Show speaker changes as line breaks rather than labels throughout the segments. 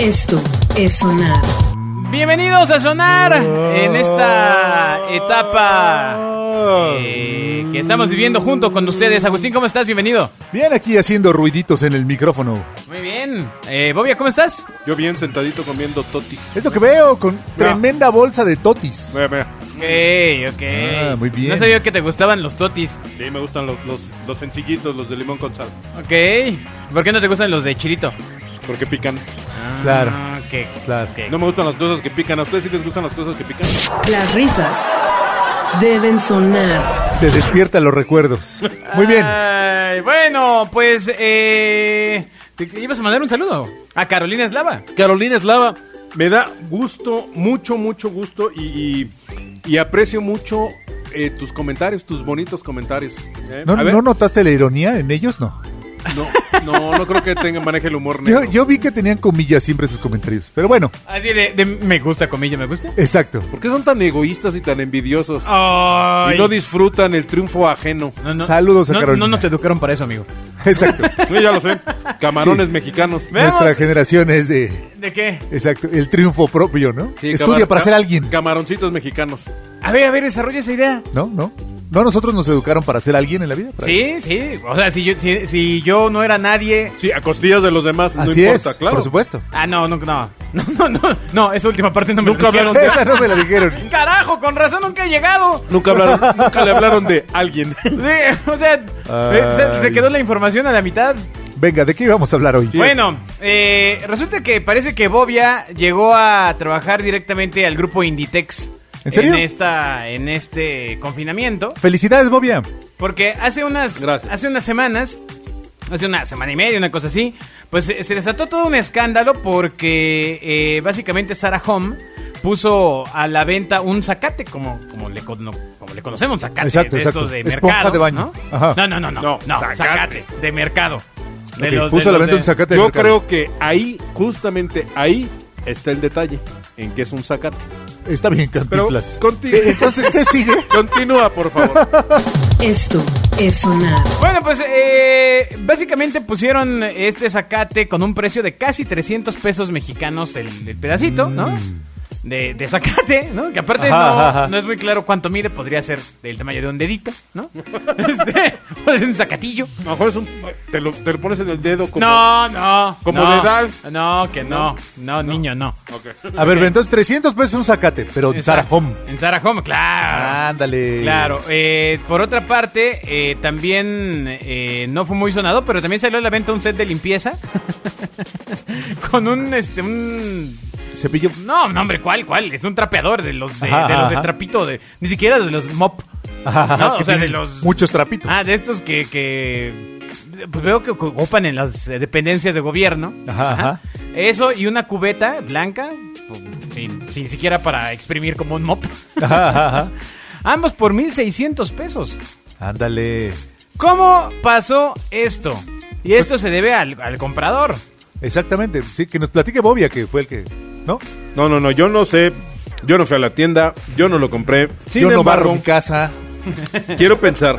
Esto es sonar.
Bienvenidos a Sonar en esta etapa eh, que estamos viviendo junto con ustedes. Agustín, ¿cómo estás? Bienvenido.
Bien aquí haciendo ruiditos en el micrófono.
Muy bien. Eh, Bobia, ¿cómo estás?
Yo bien sentadito comiendo totis.
Es lo que veo con tremenda bolsa de totis.
Mira, mira.
Ok, ok.
Ah, muy bien.
No sabía que te gustaban los totis.
Sí, me gustan los, los, los sencillitos, los de limón con sal.
Ok. ¿Por qué no te gustan los de chirito?
Porque pican.
Claro,
Ah, ok.
claro.
ok.
No me gustan las cosas que pican. ¿A ustedes sí les gustan las cosas que pican?
Las risas deben sonar.
Te despierta los recuerdos. Muy bien.
Ah.
Ay, bueno, pues eh, te te ibas a mandar un saludo a Carolina Eslava.
Carolina Eslava, me da gusto, mucho, mucho gusto y, y- y aprecio mucho eh, tus comentarios, tus bonitos comentarios. ¿eh?
¿No,
A ver,
no notaste la ironía en ellos? No.
no, no, no creo que tengan maneje el humor
Yo,
negro.
yo vi que tenían comillas siempre sus comentarios. Pero bueno,
Así de, de me gusta, comilla, me gusta.
exacto.
¿Por qué son tan egoístas y tan envidiosos?
Ay.
Y no disfrutan el triunfo ajeno.
No, no.
Saludos a
No,
Carolina.
No nos educaron para eso, amigo.
Exacto.
Sí, ya lo sé. Camarones
Sí.
mexicanos.
Veamos.
Nuestra generación es de.
¿De qué?
Exacto, el triunfo propio, ¿no?
Sí,
Estudia
camar-
para ser
ca-
alguien.
Camaroncitos mexicanos.
A ver, a ver, desarrolla esa idea.
¿No? ¿No? ¿No nosotros nos educaron para ser alguien en la vida? Para-
Sí, sí. O sea, si yo, si, si yo no era nadie.
Sí, a costillas de los demás, no
Así
importa,
es,
claro.
por supuesto.
Ah, no, no, no. No, no, no. No, esa última parte no me
Nunca
dijeron.
hablaron
Esa no me la dijeron.
Carajo, con razón nunca he llegado.
Nunca hablaron, nunca le hablaron de alguien.
Sí, o sea, eh, se, se quedó la información a la mitad.
Venga, ¿de qué íbamos a hablar hoy?
Sí.
Bueno, eh, resulta que parece que Bobia llegó a trabajar directamente al grupo Inditex.
¿En serio?
esta, en este confinamiento.
Felicidades, Bobia.
Porque hace unas,
Gracias.
hace unas semanas, hace una semana y media, una cosa así, pues se se desató todo un escándalo porque eh, básicamente Sarah Home puso a la venta un zacate, como, como, le, cono- como le conocemos, zacate
Exacto,
de
exacto.
estos de
Esponja
mercado.
de baño.
¿no?
Ajá.
no, no, no, no,
No,
no,
zacate.
zacate de mercado. De
Ok,
los- de
puso a la
los
venta
de-
un sacate de
Yo
mercado.
creo que ahí, justamente ahí, está el detalle. En que es un sacate.
Está bien,
Pero
Cantinflas.
conti-
Eh, Entonces, ¿qué sigue?
continúa, por favor.
Esto es sonar.
Bueno, pues eh, básicamente pusieron este zacate con un precio de casi 300 pesos mexicanos el, el pedacito, ¿no? De, de zacate, ¿no? Que aparte
Mm. Ajá,
no,
ajá, ajá.
no es muy claro cuánto mide, podría ser del tamaño de un dedito, ¿no? Este, puede ser un zacatillo.
A lo mejor es un... Te lo, te lo pones en el dedo como...
no, no.
como
no,
de edad.
No, que no. No, niño, no.
Ok.
A ver, entonces 300 pesos un sacate, pero en Zara Home. Ah,
En Sarah Home, claro.
Ándale.
Claro, eh, por otra parte, eh, también eh, no fue muy sonado, pero también salió a la venta un set de limpieza con un, este, un...
Cepillo.
No, no, hombre, ¿cuál, cuál? Es un trapeador de los de,
Ajá,
de los de
ajá.
trapito, de, ni siquiera de los mop.
Ajá,
No,
que
o sea, de
tienen
los...
Muchos trapitos.
Ah, de estos que... que pues veo que ocupan en las eh, dependencias de gobierno.
Ajá, ajá.
Eso y una cubeta blanca, pues, sin, sin siquiera para exprimir como un mop.
Ajá, ajá, ajá.
Ambos por 1.600 pesos.
Ándale.
¿Cómo pasó esto? Y esto se debe al, al comprador.
Exactamente. Sí, que nos platique Bobia, que fue el que. ¿No?
No, no, no, yo no sé. Yo no fui a la tienda, yo no lo compré. Sin
Yo no barro
embargo,
en casa.
Quiero pensar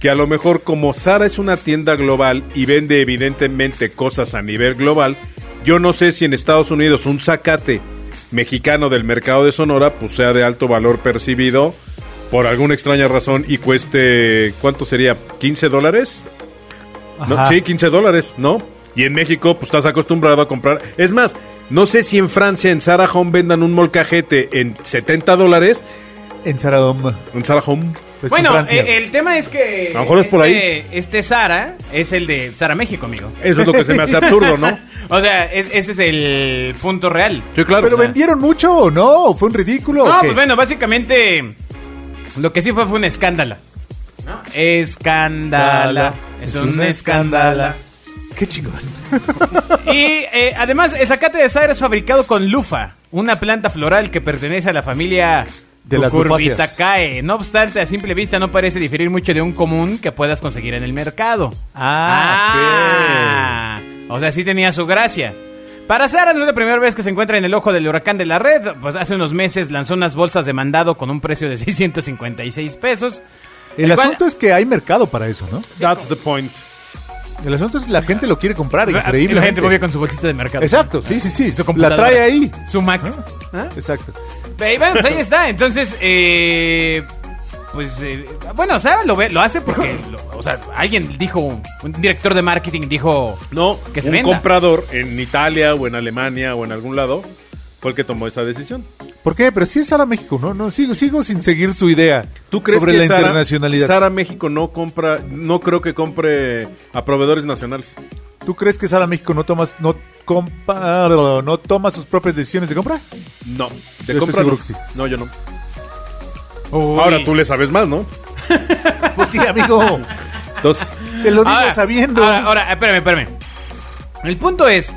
que a lo mejor como Sara es una tienda global y vende evidentemente cosas a nivel global, yo no sé si en Estados Unidos un zacate mexicano del mercado de Sonora pues sea de alto valor percibido por alguna extraña razón y cueste, ¿cuánto sería? ¿15 dólares? No,
Ajá.
sí, 15 dólares, ¿no? Y en México, pues estás acostumbrado a comprar. Es más, no sé si en Francia, en Sara Home, vendan un molcajete en 70 dólares.
En Zara Home.
En Sara Home.
Pues, en
bueno,
Francia.
eh, el tema es que.
A lo mejor es por
este- Este Sara es el de Sara México, amigo.
Eso es lo que se me hace absurdo, ¿no?
O sea, es- ese es el punto real.
Sí, claro.
¿Pero vendieron mucho o no? ¿O ¿Fue un ridículo? o
No,
qué?
pues bueno, básicamente. Lo que sí fue fue un escándalo. ¿no? Escándala. Es, un escándalo.
Qué chingón.
Y eh, además, el zacate de Sara es fabricado con lufa, una planta floral que pertenece a la familia
De las
Cucurbitaceae. No obstante, a simple vista no parece diferir mucho de un común que puedas conseguir en el mercado.
Ah,
Ah, O sea, sí tenía su gracia. Para Sara no es la primera vez que se encuentra en el ojo del huracán de la red, pues hace unos meses lanzó unas bolsas de mandado con un precio de 656 pesos.
El
cual-
asunto es que hay mercado para eso, ¿no?
That's the point.
El asunto es la gente lo quiere comprar, increíble.
La gente bobia con su bolsita de mercado.
Exacto, sí, sí, sí.
Su
la
computadora.
trae ahí.
Su Mac. ¿Ah?
Exacto.
Eh, bueno, pues ahí está. Entonces, eh, pues, eh, bueno, Sara lo, ve- lo hace porque, lo- o sea, alguien dijo, un director de marketing dijo,
No,
que se
un
venda.
comprador en Italia o en Alemania o en algún lado fue el que tomó esa decisión.
¿Por qué? Pero sí es Sara México, ¿no? no sigo, sigo sin seguir su idea
¿Tú crees
sobre
que
la
Sara-
internacionalidad.
Sara México no compra, no creo que compre a proveedores nacionales.
¿Tú crees que Sara México no toma, no, compa- no toma sus propias decisiones de compra?
No, de
Yo estoy
compra
seguro
no.
que sí.
No, yo no.
"Uy".
Ahora tú le sabes más, ¿no?
Pues sí, amigo.
Entonces,
Te lo digo
Ah,
Ahora,
sabiendo.
Ahora, ahora, espérame, espérame. El punto es,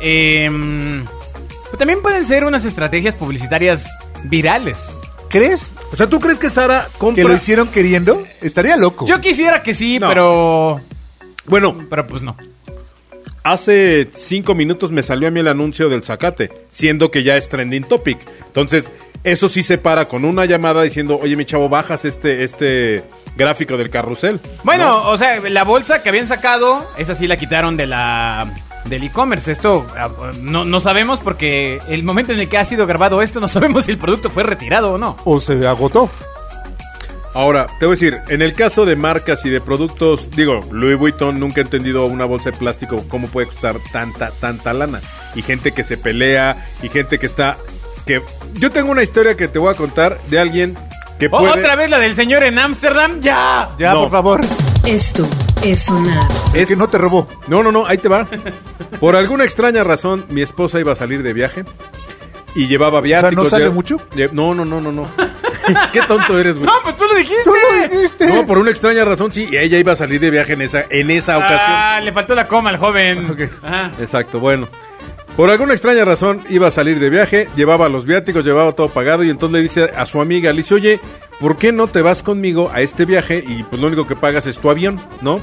em, pues también pueden ser unas estrategias publicitarias virales.
ah.
¿Crees
o sea, ¿tú crees que Sara
que
compra?
lo hicieron queriendo? Estaría loco.
Yo quisiera que sí,
No.
pero,
Bueno,
pero pues no.
hace cinco minutos me salió a mí el anuncio del zacate, siendo que ya es trending topic. Entonces, eso sí se para con una llamada diciendo, oye, mi chavo, bajas este, este gráfico del carrusel.
Bueno, o sea, la bolsa que habían sacado, esa sí la quitaron de la del e-commerce. Esto ah, no, no sabemos porque el momento en el que ha sido grabado esto, no sabemos si el producto fue retirado o no.
O se agotó.
Ahora, te voy a decir, en el caso de marcas y de productos, digo, Louis Vuitton nunca ha entendido una bolsa de plástico cómo puede costar tanta, tanta lana. Y gente que se pelea, y gente que está... que Yo tengo una historia que te voy a contar de alguien que
O-
puede...
Oh, Otra vez la del señor en Ámsterdam, ya.
Ya,
No.
por favor.
Esto es sonar.
Es
Es-
que no te robó.
No, no, no, ahí te va. Por alguna extraña razón, mi esposa iba a salir de viaje y llevaba viáticos.
¿no sale
lle-
mucho?
lle- No, no, no, no, no. Qué tonto eres, güey.
No, pues tú lo dijiste.
¡Tú lo dijiste!
No, por una extraña razón, sí, y ella iba a salir de viaje en esa, en esa ocasión.
Ah, le faltó la coma al joven.
Ok.
Ajá.
Exacto, bueno. Por alguna extraña razón iba a salir de viaje, llevaba los viáticos, llevaba todo pagado y entonces le dice a su amiga, le dice, oye, ¿por qué no te vas conmigo a este viaje y pues lo único que pagas es tu avión, ¿no?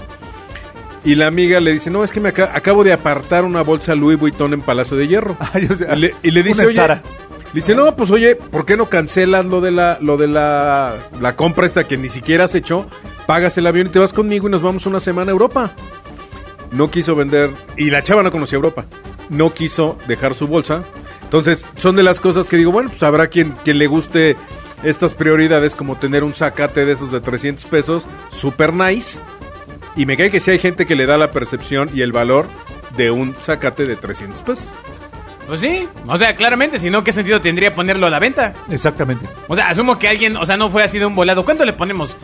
Y la amiga le dice, no, es que me aca- acabo de apartar una bolsa Louis Vuitton en Palacio de Hierro.
Ay, o sea,
y, le, y le
una
dice,
en
oye,
Zara.
le dice, no, pues oye, ¿por qué no cancelas lo de la, lo de la, la compra esta que ni siquiera has hecho? Pagas el avión y te vas conmigo y nos vamos una semana a Europa no quiso vender y la chava no conocía Europa, no quiso dejar su bolsa. Entonces, son de las cosas que digo, bueno, pues habrá quien, quien le guste estas prioridades como tener un sacate de esos de 300 pesos, super nice. Y me cae que sí hay gente que le da la percepción y el valor de un sacate de 300 pesos.
Pues sí. O sea, claramente, si no, ¿qué sentido tendría ponerlo a la venta?
Exactamente.
O sea, asumo que alguien, o sea, no fue así de un volado. ¿Cuánto le ponemos?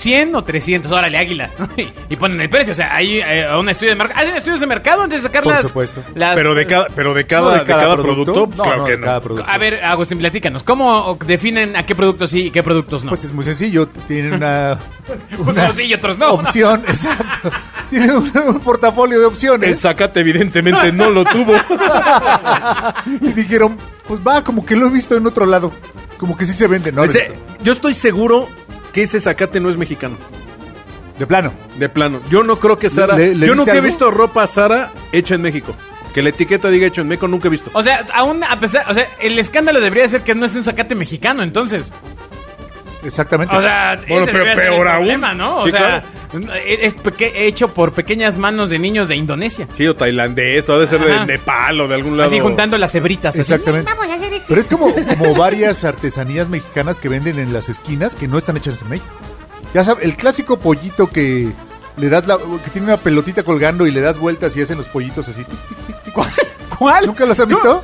¿100 o 300? Órale, águila. y ponen el precio. O sea, hay eh, un estudio de mercado. ¿Hacen estudios de mercado antes de sacar
Por
las-
supuesto.
las-
Pero de cada, pero de cada,
¿No
de cada producto, pues
No,
claro
no,
que
de
no.
cada producto.
A ver, Agustín, platícanos. ¿Cómo definen a qué productos sí y qué productos no?
Pues es muy sencillo. Tienen una.
Pues unos sí y otros no.
Opción, exacto. Tienen un, un portafolio de
El
opciones.
sacate evidentemente no lo tuvo.
Y dijeron, pues va, como que lo he visto en otro lado. Como que sí se vende, ¿no?
Ese- yo estoy seguro que ese sacate no es mexicano.
De plano.
De plano. Yo no creo que Sara.
¿Le- le
yo
viste
nunca he
algo?
visto ropa Sara hecha en México. Que la etiqueta diga hecho en México, nunca he visto.
O sea, aún a pesar, o sea, el escándalo debería ser que no es un sacate mexicano, entonces.
Exactamente.
O sea,
Bueno, pero
debería ser el
peor aún.
problema, ¿no? O
Sí,
sea, es es peque- hecho por pequeñas manos de niños de Indonesia.
Sí, o tailandés, o ha de ser
Ajá.
de Nepal o de algún lado.
Así juntando las hebritas. así.
Exactamente. Pero es como, como varias artesanías mexicanas que venden en las esquinas que no están hechas en México. Ya sabes, el clásico pollito que le das la, que tiene una pelotita colgando y le das vueltas y hacen los pollitos así. tic, tic, tic, tic.
¿Cuál?
¿Nunca los has visto?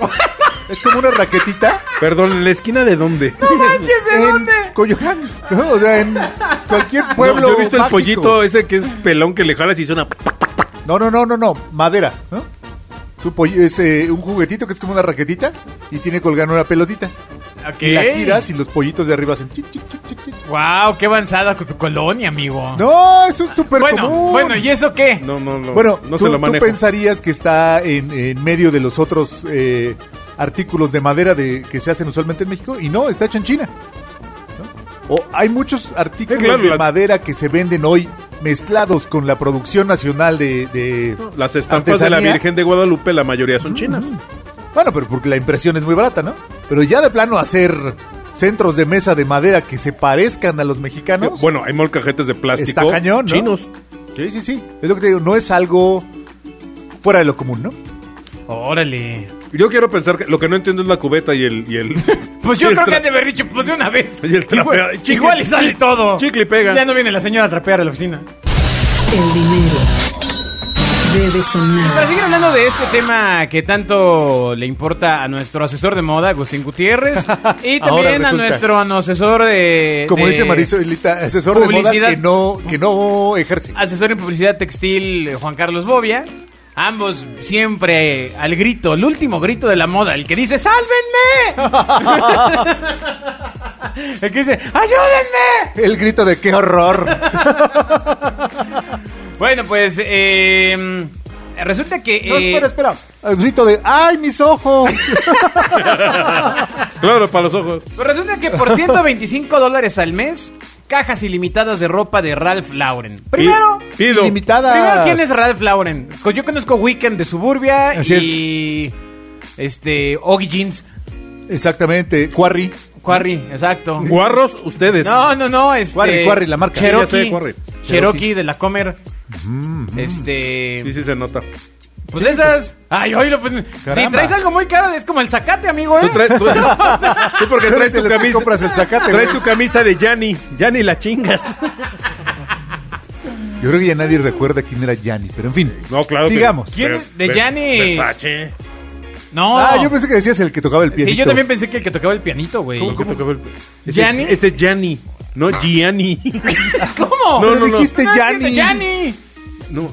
Es como una raquetita
Perdón, ¿en la esquina de dónde?
¿De dónde?
en Coyoacán, ¿no? O sea, en cualquier pueblo.
yo he visto el
mágico.
pollito ese que es pelón que le jalas y suena.
No, no, no, no, no, madera, ¿no? Su pollo- es eh, un juguetito que es como una raquetita y tiene colgando una pelotita. Y la giras y los pollitos de arriba hacen chic, chic, chic, chic, chic.
Wow, qué avanzada con tu colonia, amigo.
No, es un súper
bueno,
común.
bueno, ¿y eso qué?
No, no, no.
Bueno,
no
tú,
se lo
tú
manejo.
pensarías que está en, en medio de los otros eh, artículos de madera de, que se hacen usualmente en México y no, está hecho en China. ¿no? O hay muchos artículos
claro,
de
las-
madera que se venden hoy mezclados con la producción nacional de... de-
Las estampas de la
artesanía.
Virgen de Guadalupe, la mayoría son chinas.
Bueno, pero porque la impresión es muy barata, ¿no? Pero ya de plano hacer centros de mesa de madera que se parezcan a los mexicanos...
Bueno, hay molcajetes de plástico
Está cañón, ¿no?
chinos.
Sí, sí, sí. Es lo que te digo, no es algo fuera de lo común, ¿no?
Órale.
Yo quiero pensar que lo que no entiendo es la cubeta y el. Y el
Pues yo
y el
creo que
tra-
han de haber dicho, pues de una vez.
Y el trapeado.
Igual,
Chicle-
igual y sale
chi-
todo.
chicle y pega.
Ya no viene la señora a trapear a la oficina.
El dinero debe
Para
sonar.
seguir hablando de este tema que tanto le importa a nuestro asesor de moda, Agustín Gutiérrez, y
Ahora
también a
resulta.
nuestro ano- asesor de...
Como
de-
dice Marisolita, asesor de
Eh, publicidad.
moda que no, que no ejerce.
Asesor en publicidad textil, eh, Juan Carlos Bobia. Ambos siempre eh, al grito, el último grito de la moda, el que dice ¡Sálvenme! el que dice ¡Ayúdenme!
El grito de qué horror.
Bueno, pues eh, resulta que...
No,
eh,
espera, espera. El grito de ¡ay, mis ojos!
Claro, para los ojos.
Pues resulta que por 125 dólares al mes, cajas ilimitadas de ropa de Ralph Lauren. Primero,
Pi- pido.
Ilimitadas.
primero ¿quién es Ralph Lauren? Co- Yo conozco Weekend de Suburbia
Así
y este Oggy Jeans,
Exactamente, Quarry.
Quarry, exacto.
Guarros, ustedes.
No, no, no, este
Quarry, Quarry, la marca.
Cherokee,
Sí, ya sé, Quarry.
Cherokee, de la Comer. Este,
Sí, sí se nota.
pues de esas. Ay, oílo, pues. Si
Caramba.
traes algo muy caro, es como el zacate, amigo, ¿eh?
Tú, traes, tú- tú porque
Pero
traes
si
tu
les
camisa.
compras el zacate,
traes
güey.
tu camisa de Yanni. Yanni la chingas.
Yo creo que ya nadie recuerda quién era Yanni, pero en fin.
Eh,
No, claro que-
Sigamos.
¿Quién?
Ver-
De
ver-
Gianni.
Versace.
No.
Ah, yo pensé que decías el que tocaba el pianito.
Sí, yo también pensé que el que tocaba el pianito, güey.
¿Cómo, cómo? Ese-
¿Gianni?
Ese es Gianni. No, Gianni.
¿Cómo?
No,
Pero
no, no.
dijiste Yanni.
Ah, Yanni.
No,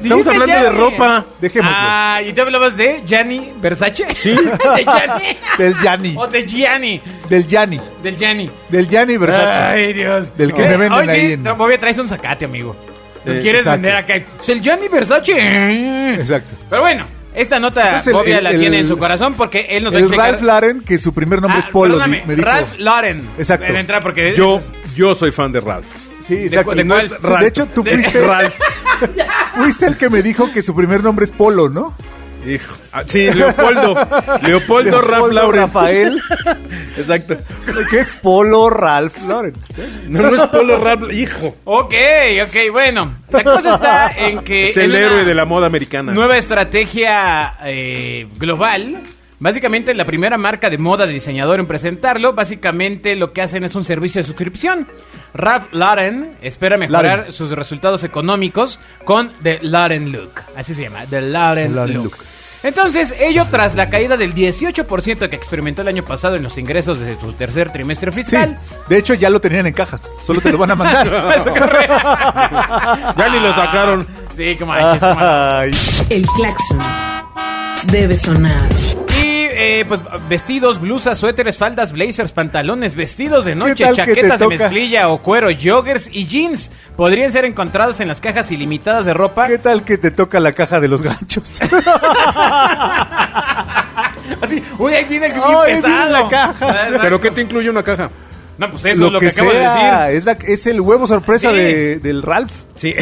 estamos hablando de ropa.
Dejémoslo.
Ah, ¿y tú hablabas de Gianni Versace? Sí. ¿De Gianni?
Del Yanni.
O de Gianni.
Del Yanni.
Del Gianni.
Del Yanni Versace.
Ay, Dios.
Del que
Oye,
me venden
hoy
ahí
sí,
en-
no, Bobia, traes un zacate, amigo. Nos
Sí,
quieres
exacto.
vender acá. Es el Gianni Versace.
Exacto.
Pero bueno, esta nota
Entonces, el-
Bobia la
el-
tiene en
el-
su corazón porque él nos va a
El
explicar.
Ralph Lauren, que su primer nombre
Ah,
es Polo,
perdóname,
di- me dijo.
Ralph Lauren.
Exacto.
Debe entrar porque
Yo, yo soy fan de Ralph.
Sí, exacto.
cu- de
No
cuál?
es Ralph.
Ralph.
De hecho, tú
De-
fuiste,
Ralph.
fuiste el que me dijo que su primer nombre es Polo, ¿no?
Hijo. Ah, sí, Leopoldo. Leopoldo Ralph
Leopoldo
Lauren.
Rafael,
Exacto.
que es Polo Ralph Lauren.
No, no es Polo Ralph. Hijo.
Ok, ok, bueno. La cosa está en que.
Es el
en
héroe
una
de la moda americana.
Nueva estrategia eh, global. Básicamente, la primera marca de moda de diseñador en presentarlo. Básicamente, lo que hacen es un servicio de suscripción. Ralph Lauren espera mejorar
Lauren.
sus resultados económicos con The Lauren Look. Así se llama, The Lauren,
The Lauren
Look.
Look.
Entonces, ello tras la caída del 18% que experimentó el año pasado en los ingresos desde su tercer trimestre
Sí,
fiscal.
de hecho ya lo tenían en cajas, solo te lo van a mandar.
Eso creo.
Ya ni lo sacaron.
Ah, Sí, como manches, como-
Ay.
El claxon debe sonar.
Y eh, pues vestidos, blusas, suéteres, faldas, blazers, pantalones, vestidos de noche,
tal que te
chaquetas de
toca?
mezclilla o cuero, joggers y jeans podrían ser encontrados en las cajas ilimitadas de ropa.
¿Qué tal que te toca la caja de los ganchos?
Así, uy, ahí viene el bien
Ay, viene
pesado.
la caja.
Ah, Exacto.
¿Pero qué te incluye una caja?
No, pues eso es lo que, acabo de decir.
Es, la- es el huevo sorpresa
Sí.
de- del Ralph.
Sí.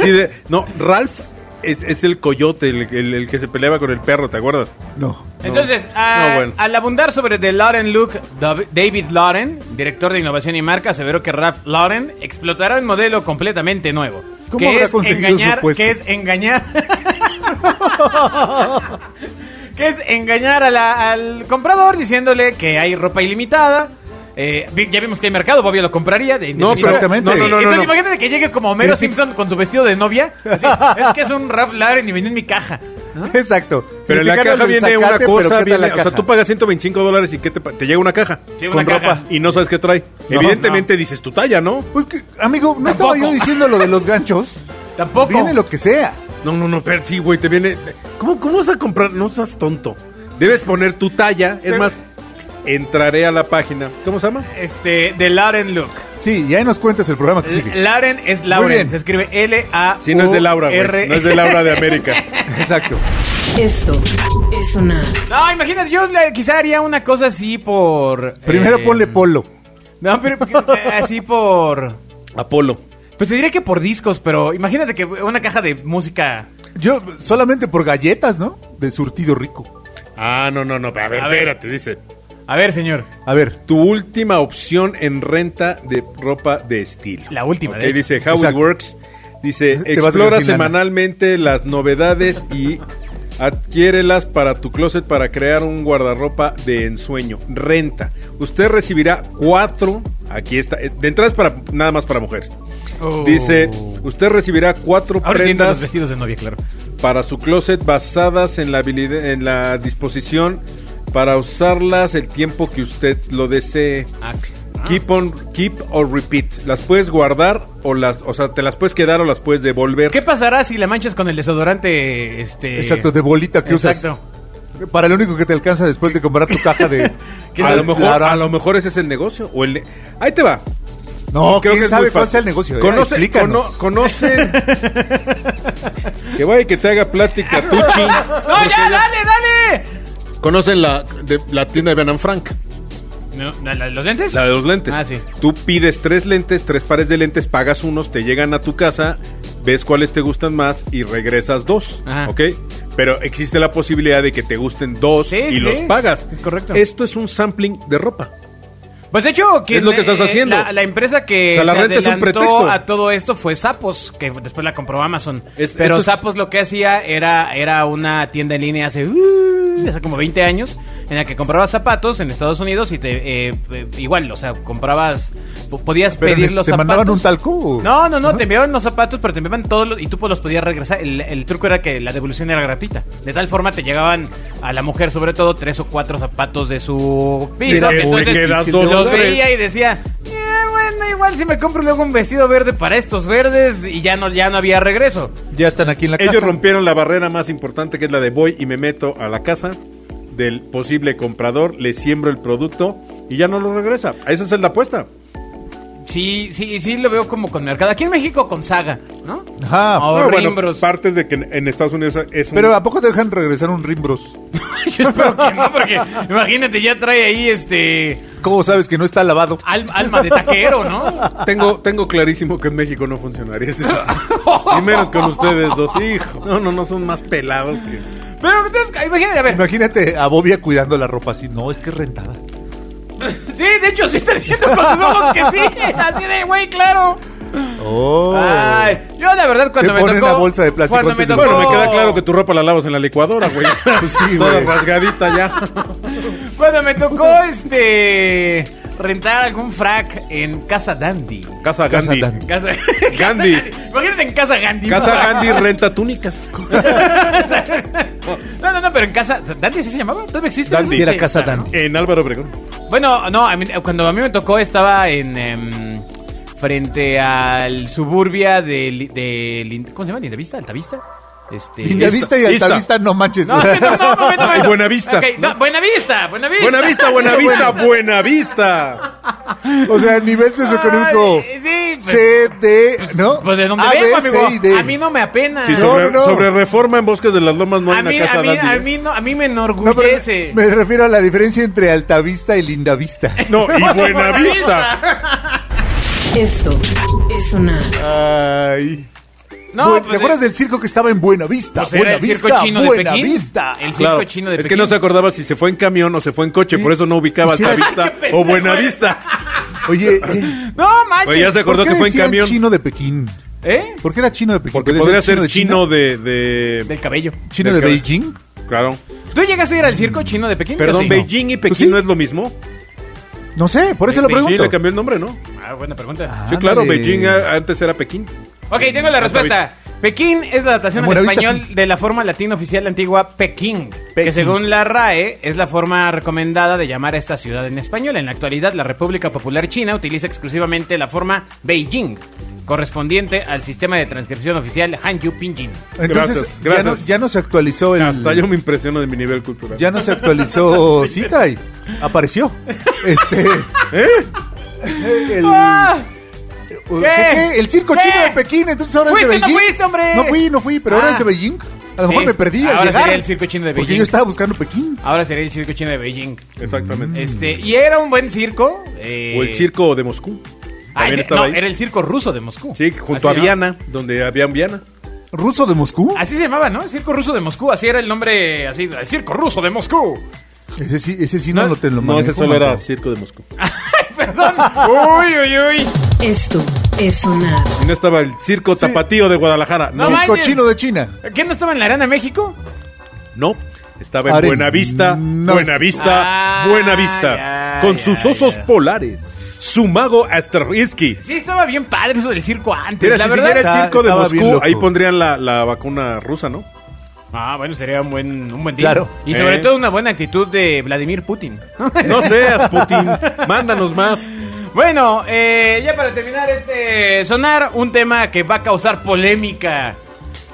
Sí, de- no, Ralph es, es el coyote, el, el- el que se peleaba con el perro, ¿te acuerdas?
No.
Entonces,
No,
a-
bueno.
al abundar sobre The Lauren Look, Dav- David Lauren, director de innovación y marca, aseveró que Ralph Lauren explotará un modelo completamente nuevo.
¿Cómo
que
habrá
es
conseguido su
engañar,
puesto?
que es engañar. que es engañar a la- al comprador diciéndole que hay ropa ilimitada. Eh, vi- ya vimos que hay mercado, Bobby lo compraría. de-
No,
definitiva-
exactamente.
No, no, no, Entonces,
no.
imagínate que llegue como Homero
Sí, sí.
Simpson con su vestido de novia. así, es que es un Ralph Lauren y venía en mi caja.
Exacto.
¿Ah? Pero en la
Criticaron
caja
el
viene
zacate,
una
pero ¿qué
cosa,
tal
viene-
la
o sea,
caja?
tú pagas 125 dólares y ¿qué te, pa- te llega una caja
Sí, una
Con ropa.
caja.
y no sabes qué trae.
No,
Evidentemente dices tu talla, ¿no?
Pues que, amigo, no estaba
Tampoco.
yo diciendo lo de los ganchos.
Tampoco.
Viene lo que sea.
No, no, no, pero sí, güey, te viene... ¿Cómo, ¿Cómo vas a comprar? No seas tonto. Debes poner tu talla. Es
Pero-
más, entraré a la página. ¿Cómo se llama?
Este, de Lauren Look.
Sí, y ahí nos cuentas el programa que
Eh,
sigue.
Lauren es
Muy
Lauren.
bien.
Se escribe l a
Sí, no es de Laura, güey. No es de Laura de América.
Exacto.
Esto es sonar.
No, imagínate, yo le- quizá haría una cosa así por.
Primero
eh,
ponle polo.
No, pero eh, así por.
Apolo.
Pues te diría que por discos, pero imagínate que una caja de música.
Yo solamente por galletas, ¿no? De surtido rico.
Ah, no, no, no. A ver,
A ver.
espérate, dice.
A ver, señor.
A ver,
Tu última opción en renta de ropa de estilo.
La última,
Ok,
de hecho.
dice How
Exacto.
It Works. Dice,
Te vas a
explora
quedar sin lana".
semanalmente las novedades y adquiérelas para tu closet para crear un guardarropa de ensueño. Renta. Usted recibirá cuatro, aquí está, eh, de entrada es para, nada más para mujeres.
Oh.
Dice, usted recibirá cuatro
Ahora entiendo los
prendas
vestidos de novia, claro.
para su closet basadas en la habilidad, en la disposición para usarlas el tiempo que usted lo desee.
Ah,
Keep on, keep or repeat. Las puedes guardar o las, o sea, te las puedes quedar o las puedes devolver.
¿Qué pasará si la manchas con el desodorante,
Eh.
este...
exacto, de bolita que
Exacto.
usas. Para lo único que te alcanza después de comprar tu caja de.
¿Qué
a
tal?
lo mejor,
Claro.
a lo mejor ese es el negocio o el. ne- Ahí te va.
No,
Creo que
quién
es
sabe
muy
cuál
fácil.
sea el negocio. eh?
Conoce,
Explícanos.
cono- conoce. que vaya y que te haga plática, Tuchi.
¡Ah! ¡No, ya, dale, dale!
Conocen la, de- la tienda de Ben and Frank.
No, ¿la- la- ¿Los lentes?
La de los lentes.
Ah, sí.
Tú pides tres lentes, tres pares de lentes, pagas unos, te llegan a tu casa, ves cuáles te gustan más y regresas dos.
Ajá.
¿Ok? Pero existe la posibilidad de que te gusten dos
Sí,
y
sí.
los pagas.
Es correcto.
Esto es un sampling de ropa.
Pues de hecho, quien,
Es lo que estás
eh,
haciendo.
La, la empresa que
O sea, la
se
renta es un
adelantó
pretexto.
a todo esto fue Sapos, que después la compró Amazon.
Es-
Pero
esto es-
Sapos lo que hacía era, era una tienda en línea hace, uh, hace como 20 años, en la que comprabas zapatos en Estados Unidos y te eh, eh, igual, o sea, comprabas, po- podías
Pero
pedir
¿te
los zapatos.
mandaban un talco? o?
No, no, no, te enviaban los zapatos, pero te enviaban todos los, y tú pues los podías regresar. El, el truco era que la devolución era gratuita. De tal forma te llegaban a la mujer, sobre todo, tres o cuatro zapatos de su piso.
Pero,
Entonces,
¿te quedas
los
dos o tres?
veía y decía, "Eh, bueno, igual si me compro luego un vestido verde para estos verdes y ya no, ya no había regreso.
Ya están aquí en la
Ellos
casa.
rompieron la barrera más importante que es la de voy y me meto a la casa del posible comprador, le siembro el producto y ya no lo regresa. Esa es la apuesta.
Sí, sí, sí lo veo como con mercado. Aquí en México con Saga, ¿no?
Ajá.
Ahora- O
Pero
rimbros.
Ah, partes de que en en Estados Unidos es un-
Pero ¿a poco te dejan regresar un Rimbros?
Yo espero que no, porque imagínate, ya trae ahí este
¿Cómo sabes que no está lavado?
al- alma de taquero, ¿no?
Tengo, tengo clarísimo que en México no funcionaría ese sistema. Y menos con ustedes dos. Hijo, no, no, no son más pelados que.
Pero entonces, imagínate, a ver,
Imagínate a Bobia cuidando la ropa así. No, es que es rentada.
Sí, de hecho, sí está diciendo con sus ojos que sí. Así de, güey, claro.
Oh.
Ay, yo la verdad cuando
Se
me
pone
tocó...
una bolsa de plástico
Cuando me
antes de-
tocó...
Bueno, me queda claro que tu ropa la lavas en la licuadora, güey.
Pues sí,
Toda
güey.
rasgadita ya.
Cuando me tocó, este... Rentar algún frac en Casa Dandy.
Casa
Casa Gandhi.
Gandhi.
Casa...
Gandhi.
Imagínate en Casa Gandhi.
Casa Gandhi renta túnicas.
no, no, no, pero en Casa... ¿Dandy así se llamaba? ¿Todavía existe?
Dandy.
Sí,
Sí, era
sí,
Casa
claro.
Dandy.
En Álvaro Obregón.
Bueno, no, a mí- cuando a mí me tocó estaba en... em, frente al suburbia del... del- ¿Cómo se llama? ¿Lindavista? ¿Altavista? Este...
Lindavista y
Ista.
altavista, no manches.
No, no, no, no, momento, momento.
Y Buenavista,
Ok, no, Buenavista, Buenavista.
Buena vista, buena vista, buena vista.
o sea, nivel socioeconómico.
Ay, sí, pues-
C, D, ¿no?
Pues de donde
A,
vengo,
B,
amigo.
C y D.
A mí no me apena.
Sí,
No,
sobre,
no, no.
sobre reforma en Bosques de las Lomas no hay
a, mí,
una casa
a, mí,
Gandhi.
a,
¿eh?
mí no, a mí me
No, pero
enorgullece.
me refiero a la diferencia entre altavista y lindavista.
No, y buena vista.
Esto es sonar.
Ay.
No,
Bu-
pues,
¿Te acuerdas
eh,
del circo que estaba en Buenavista?
pues era el
Buenavista,
circo chino de Pekín.
Buenavista.
El circo
Claro,
chino de
es que
Pekín.
no se acordaba si se fue en camión o se fue en coche,
Sí.
por eso no ubicaba
Sí.
Altavista o Buenavista.
Oye, eh,
No, manches.
Oye, ya se
¿por
acordó
qué
que fue en
decían
camión.
chino de Pekín?
¿Eh?
¿Por qué era chino de Pekín?
Porque
¿Podría
podría ser
de China?
chino de, de-
Del cabello.
¿Chino
del
de
cab-
Beijing?
Claro.
¿Tú llegaste a ir al circo chino de Pekín?
Perdón,
Yo sí.
Beijing y Pekín
sí.
no es lo mismo.
No sé, por eso lo
Sí,
pregunto.
le cambió el nombre, ¿no?
Ah, buena pregunta.
Sí,
Ándale.
claro, Beijing a- antes era Pekín.
Ok, tengo la respuesta. Pekín es la adaptación al
Buenavista,
español de la forma latina oficial antigua Pekín, que
Pekín.
según la RAE es la forma recomendada de llamar a esta ciudad en español. En la actualidad, la República Popular China utiliza exclusivamente la forma Beijing, correspondiente al sistema de transcripción oficial Hanyu Pinyin.
Entonces,
Gracias,
ya, no,
gracias.
ya no se actualizó el...
Hasta yo me impresiono de mi nivel cultural.
Ya no se actualizó... sí, caray. Apareció. Este...
¿Eh?
eh, El... ¿Qué? qué? El circo
Ah, ¿Qué?
chino de Pekín, entonces ahora es de
¿Fuiste? No
Beijing.
fuiste, hombre.
No fui, no fui, pero
Ah.
ahora es de Beijing. A lo mejor
Sí.
me perdí
Ahora
al llegar.
sería el circo chino de
Porque
Beijing.
yo estaba Mm. buscando Pekín.
Ahora sería el circo chino de Beijing.
Exactamente.
Este, y era un buen circo. eh,
O el circo de Moscú.
ah,
También
ese-
estaba
no,
ahí.
era el circo ruso de Moscú.
Sí,
Así,
junto a
¿no?
Viana, donde había Viana.
¿Ruso de Moscú?
Ah, Así se llamaba, ¿no? El circo ruso de Moscú. Así era el nombre, así, el circo ruso de Moscú.
Ese sí, ese sí no,
No,
lo te lo
No, ese
manejo,
solo era
Marco.
Circo de Moscú.
Perdón. Uy, uy, uy.
Esto es sonar.
Y no estaba el Circo Tapatío de Guadalajara. No,
No
Circo
manches.
chino de China.
¿Qué no estaba en la Arena México?
no. Estaba en
Are-
Buenavista,
no.
Buenavista,
Ah,
Buenavista.
ya,
con
ya,
sus osos
ya.
polares. Su mago Astrahinsky.
Sí, estaba bien padre eso del circo antes.
Mira,
la
si
verdad.
siguiera el
Está-
circo de
estaba bien
Moscú,
loco.
ahí pondrían la, la vacuna rusa, ¿no?
Ah, bueno, sería un buen, un buen día.
Claro.
Y sobre
Eh.
todo una buena actitud de Vladimir Putin.
No seas, Putin. Mándanos más.
Bueno, eh, ya para terminar este sonar, un tema que va a causar polémica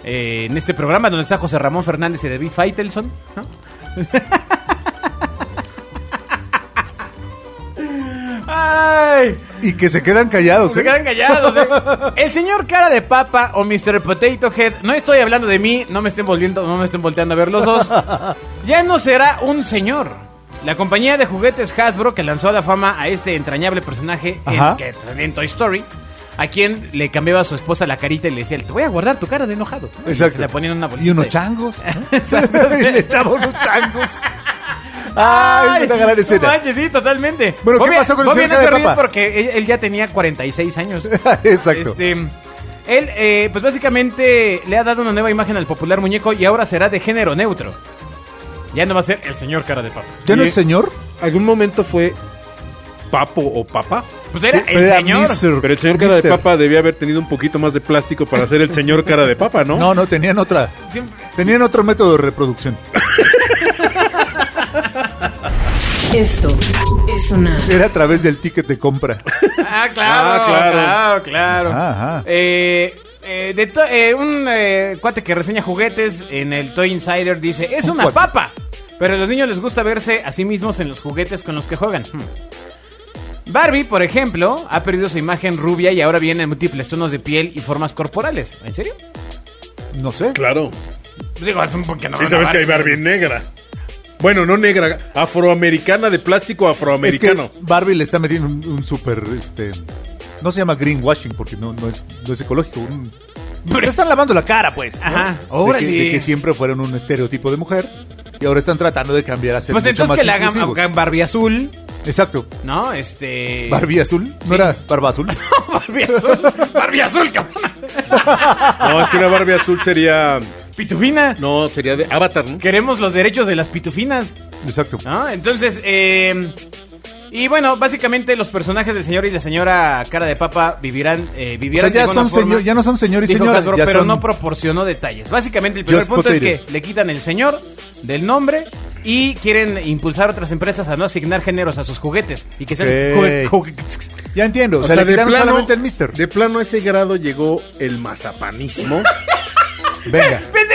eh, en este programa donde está José Ramón Fernández y David Faitelson. ¿no? ¡Ay!
Y que se quedan callados.
Pues Se
¿eh?
quedan callados. ¿eh? El señor cara de papa o Mr. Potato Head, no estoy hablando de mí, no me estén volviendo, no me estén volteando a ver los dos. Ya no será un señor. La compañía de juguetes Hasbro que lanzó a la fama a este entrañable personaje en-
Ajá.
que salió en Toy Story, a quien le cambiaba a su esposa la carita y le decía, te voy a guardar tu cara de enojado. Y
Exacto.
Se la ponían en una bolsita.
Y unos changos. ¿no?
Exacto.
y le echamos unos changos. Ay, es una gran
no
escena.
manches, sí, totalmente.
Bueno, ¿qué
Bobby-
pasó con el
Bobby
señor
no
cara
se
de
ríe
papa?
Porque él, él ya tenía 46 años.
Exacto.
Este, él, eh, pues básicamente le ha dado una nueva imagen al popular muñeco y ahora será de género neutro. Ya no va a ser el señor cara de papa.
¿Ya no
Oye,
es señor?
¿Algún momento fue papo o papá?
Pues era el
Era
señor.
Mr.
Pero el señor cara de
Mister.
papa debía haber tenido un poquito más de plástico para ser el señor cara de papa, ¿no?
No, no, tenían otra.
Siempre-
Tenían otro método de reproducción.
Esto es sonar.
Era a través del ticket de compra.
Ah, claro, claro,
Ah, claro.
claro,
Ajá.
Eh, eh, de to- eh, un eh, cuate que reseña juguetes en el Toy Insider dice, es
Un
una
cuate.
papa, pero a los niños les gusta verse a sí mismos en los juguetes con los que juegan. Hmm. Barbie, por ejemplo, ha perdido su imagen rubia y ahora viene en múltiples tonos de piel y formas corporales. ¿En serio?
No sé.
Claro.
Digo, es un porque no
Sí
van a
sabes que hay
Barbie.
Barbie negra. Bueno, no negra, afroamericana de plástico
Es que
afroamericano.
Barbie le está metiendo un, un super, este... No se llama greenwashing porque no, no, es, no es ecológico. un-
Pero-
Se están lavando la cara, pues. ¿no?
Ajá,
de, que,
órale.
de que siempre fueron un estereotipo de mujer y ahora están tratando de cambiar a ser
Pues
mucho
entonces que le
más
hagan,
inclusivos.
hagan Barbie azul,
Exacto.
¿no? Este...
Barbie azul. ¿No
Sí.
era barba azul?
Barbie azul. Barbie azul, cabrón.
No, es que una Barbie azul sería.
Pitufina.
No, sería de Avatar, ¿no?
Queremos los derechos de las pitufinas,
Exacto.
¿no? Entonces, eh, y bueno, básicamente los personajes del señor y la señora cara de papa vivirán, eh,
O sea,
vivieron
ya, son señor, ya no son señor y señora. ya
pero
son-
no proporcionó detalles. Básicamente el primer
Just
punto es
potato.
que le quitan el señor del nombre y quieren impulsar a otras empresas a no asignar géneros a sus juguetes y que sean
Ok.
jugue-
Ya entiendo. O, sea, le quitaron solamente el mister.
De plano a ese grado llegó el mazapanismo.
Venga.
Pensé,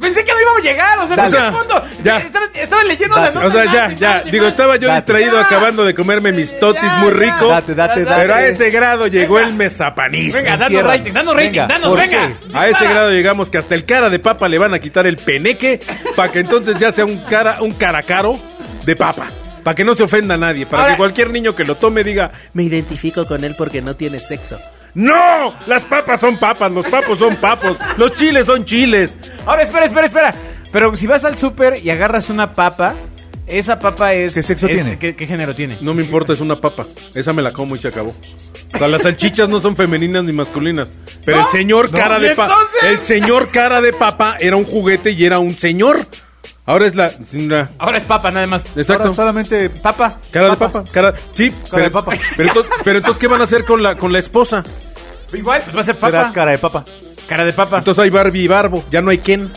pensé que no íbamos a llegar, o sea,
Dale.
no sé el fondo.
Ya.
Estaba, estaba leyendo la
Date.
nota.
O sea,
y
ya,
más, y
ya.
más, y
Digo,
más.
estaba yo
Date.
distraído
Ya.
acabando de comerme mis totis
Ya,
muy
ya.
rico.
Date, date, date.
Pero a ese grado llegó el mezapanismo.
Venga, danos
Entierra.
rating, danos rating,
Venga,
danos,
¿por
venga.
qué?
A ese
Dispara.
grado llegamos que hasta el cara de papa le van a quitar el peneque para que entonces ya sea un cara un cara caro de papa. Para que no se ofenda a nadie, para
Ahora-
que cualquier niño que lo tome diga,
Me identifico con él porque no tiene sexo.
¡No! Las papas son papas, los papos son papos, los chiles son chiles.
Ahora, espera, espera, espera. Pero si vas al súper y agarras una papa, esa papa es...
¿Qué sexo
es-
tiene?
¿qué, qué género tiene?
No me importa, es una papa. Esa me la como y se acabó. O sea, las salchichas no son femeninas ni masculinas. Pero
¿No?
el señor
No.
cara
¿Y
de papa.
entonces?
El señor cara de papa era un juguete y era un señor. Ahora es la. la-
Ahora es papa nada más.
Exacto.
Ahora solamente...
Papa.
Cara de papa, cara, sí,
Cara de
pero,
papa.
Pero, ento- pero entonces qué van a hacer con la con la esposa?
Igual, pues va a ser papa.
Será
Cara.
cara de papa.
de papa.
Entonces hay Barbie y Barbo, ya no hay Ken.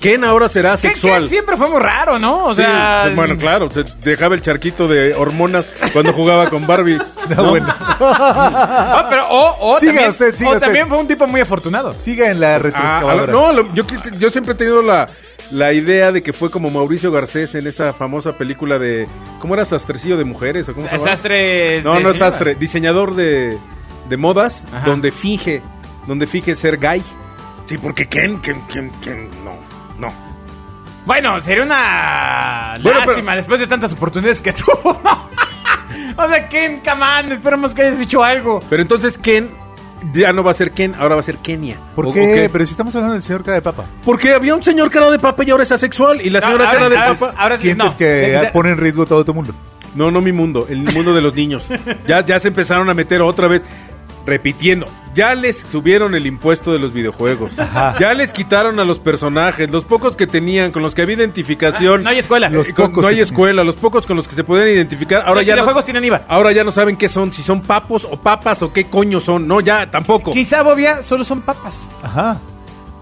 Ken ahora será
¿Qué- qué?
sexual.
Siempre fue muy raro, ¿no? O
Sí,
sea...
pues, bueno, claro, se dejaba el charquito de hormonas cuando jugaba con Barbie.
No, bueno.
Ah, pero, o, o
Siga
también,
usted, siga
o
usted.
también fue un tipo muy afortunado.
Siga en la
Ah,
retroexcavadora.
a la- no, lo- yo, cre- yo siempre he tenido la, la idea de que fue como Mauricio Garcés en esa famosa película de. ¿Cómo era Sastrecillo de Mujeres? ¿O cómo se
Es
llamaba?
sastre...
No,
de
no es
señora.
sastre, diseñador de, de modas,
Ajá.
donde finge, donde finge ser gay. Sí, porque Ken, Ken, Ken, Ken, no, no.
Bueno, sería una
Bueno,
lástima
pero-
después de tantas oportunidades que tuvo. o sea, Ken, camán, esperemos que hayas dicho algo.
Pero entonces Ken ya no va a ser Ken, ahora va a ser Kenia.
¿Por
O-
qué?
o
Pero si estamos hablando del señor cara de papa.
Porque había un señor cara de papa y ahora es asexual. Y la
No,
señora
ahora-
cara de
ahora-
papa.
ahora sí,
Sientes
no.
que
De- de-
pone en riesgo todo tu mundo.
No, no mi mundo, el mundo de los niños. Ya, ya se empezaron a meter otra vez. Repitiendo, ya les subieron el impuesto de los videojuegos. Ya les quitaron a los personajes, los pocos que tenían, con los que había identificación.
Ah, no hay escuela.
Los
Eh,
con-
pocos
no
que
hay escuela, los pocos con los que se pueden identificar. Ahora
Los
ya no,
videojuegos tienen IVA.
Ahora ya no saben qué son, si son papos o papas o qué coño son. No, ya tampoco.
Quizá, Bobia, solo son papas.
Ajá.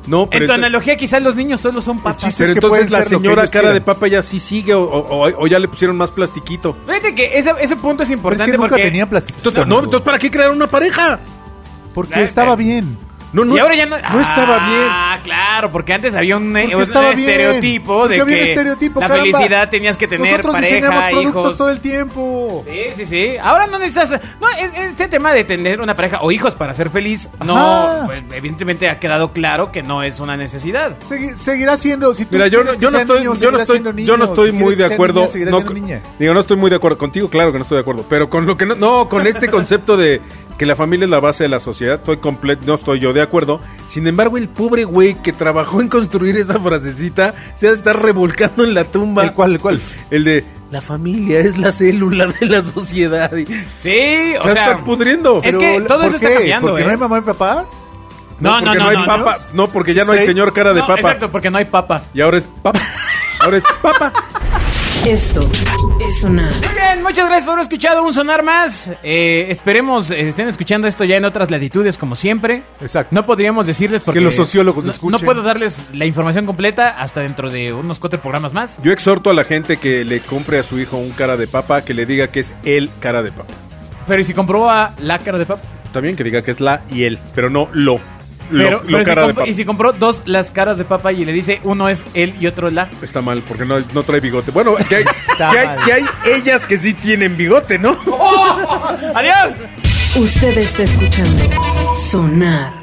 No,
En
pero
tu
entonces-
analogía, quizás los niños solo son papas.
chiste-
Pero
Es que
entonces
pueden
la
ser lo que
señora
ellos
cara de
quieran.
papa ya sí sigue o, o- o- o ya le pusieron más plastiquito.
Fíjate que ese, ese punto es
Pero es
importante
que nunca
porque...
tenía plastiquito.
Entonces, no, entonces ¿para qué crear una pareja?
Porque
Eh,
estaba
eh.
bien.
No, no,
y ahora ya no...
estaba bien.
Ah, claro, porque antes había un, eh,
Porque
un
estaba bien.
estereotipo de
Porque había
que
un estereotipo,
la
caramba.
felicidad tenías que tener
Nosotros diseñamos
pareja,
productos
hijos.
todo el tiempo.
Sí, sí, sí. Ahora no necesitas... No, es- es- este tema de tener una pareja o hijos para ser feliz, no...
Ajá.
pues, evidentemente ha quedado claro que no es una necesidad.
Segui- seguirá siendo. Si tú
Mira, yo no,
quieres que
yo no
sea
estoy,
niño,
yo no
seguirá
estoy,
siendo niño.
yo no estoy
Si
muy
quieres
de
ser
acuerdo.
niña, seguirá
no,
siendo
con-
niña.
Digo, no estoy muy de acuerdo contigo, claro que no estoy de acuerdo. Pero con lo que no, no, con este concepto de que la familia es la base de la sociedad, estoy completo, no estoy yo de acuerdo. Sin embargo, el pobre güey que trabajó en construir esa frasecita se ha de estar revolcando en la tumba.
¿El cuál, el cuál?
El de
La familia es la célula de la sociedad. y-
Sí, o
se
sea...
está pudriendo.
Es que
Pero,
todo
¿por
eso está
qué?
cambiando,
¿Porque
¿eh?
no hay mamá y papá?
No, no,
porque
no,
hay
no,
papa. No, porque ya no hay
Straight.
señor cara de
No,
papa.
Exacto, porque no hay papa.
Y ahora es papa. Ahora es papa.
Esto es sonar.
Muy bien, muchas gracias por haber escuchado un sonar más. Eh, esperemos eh, estén escuchando esto ya en otras latitudes, como siempre.
Exacto.
No podríamos decirles porque.
Que los sociólogos lo
no,
escuchen.
No puedo darles la información completa hasta dentro de unos cuatro programas más.
Yo exhorto a la gente que le compre a su hijo un cara de papa que le diga que es el cara de papa.
Pero ¿y si comprueba la cara de papa?
También que diga que es la y él, pero no lo. Lo,
Pero,
lo
pero si
cara de
compro-
papa.
y si compró dos las caras de papa y le dice uno es él y otro la.
Está mal porque no, no trae bigote. Bueno, que hay,
Está
que hay-
mal.
que hay ellas que sí tienen bigote, ¿no?
¡Adiós!
Usted está escuchando Sonar.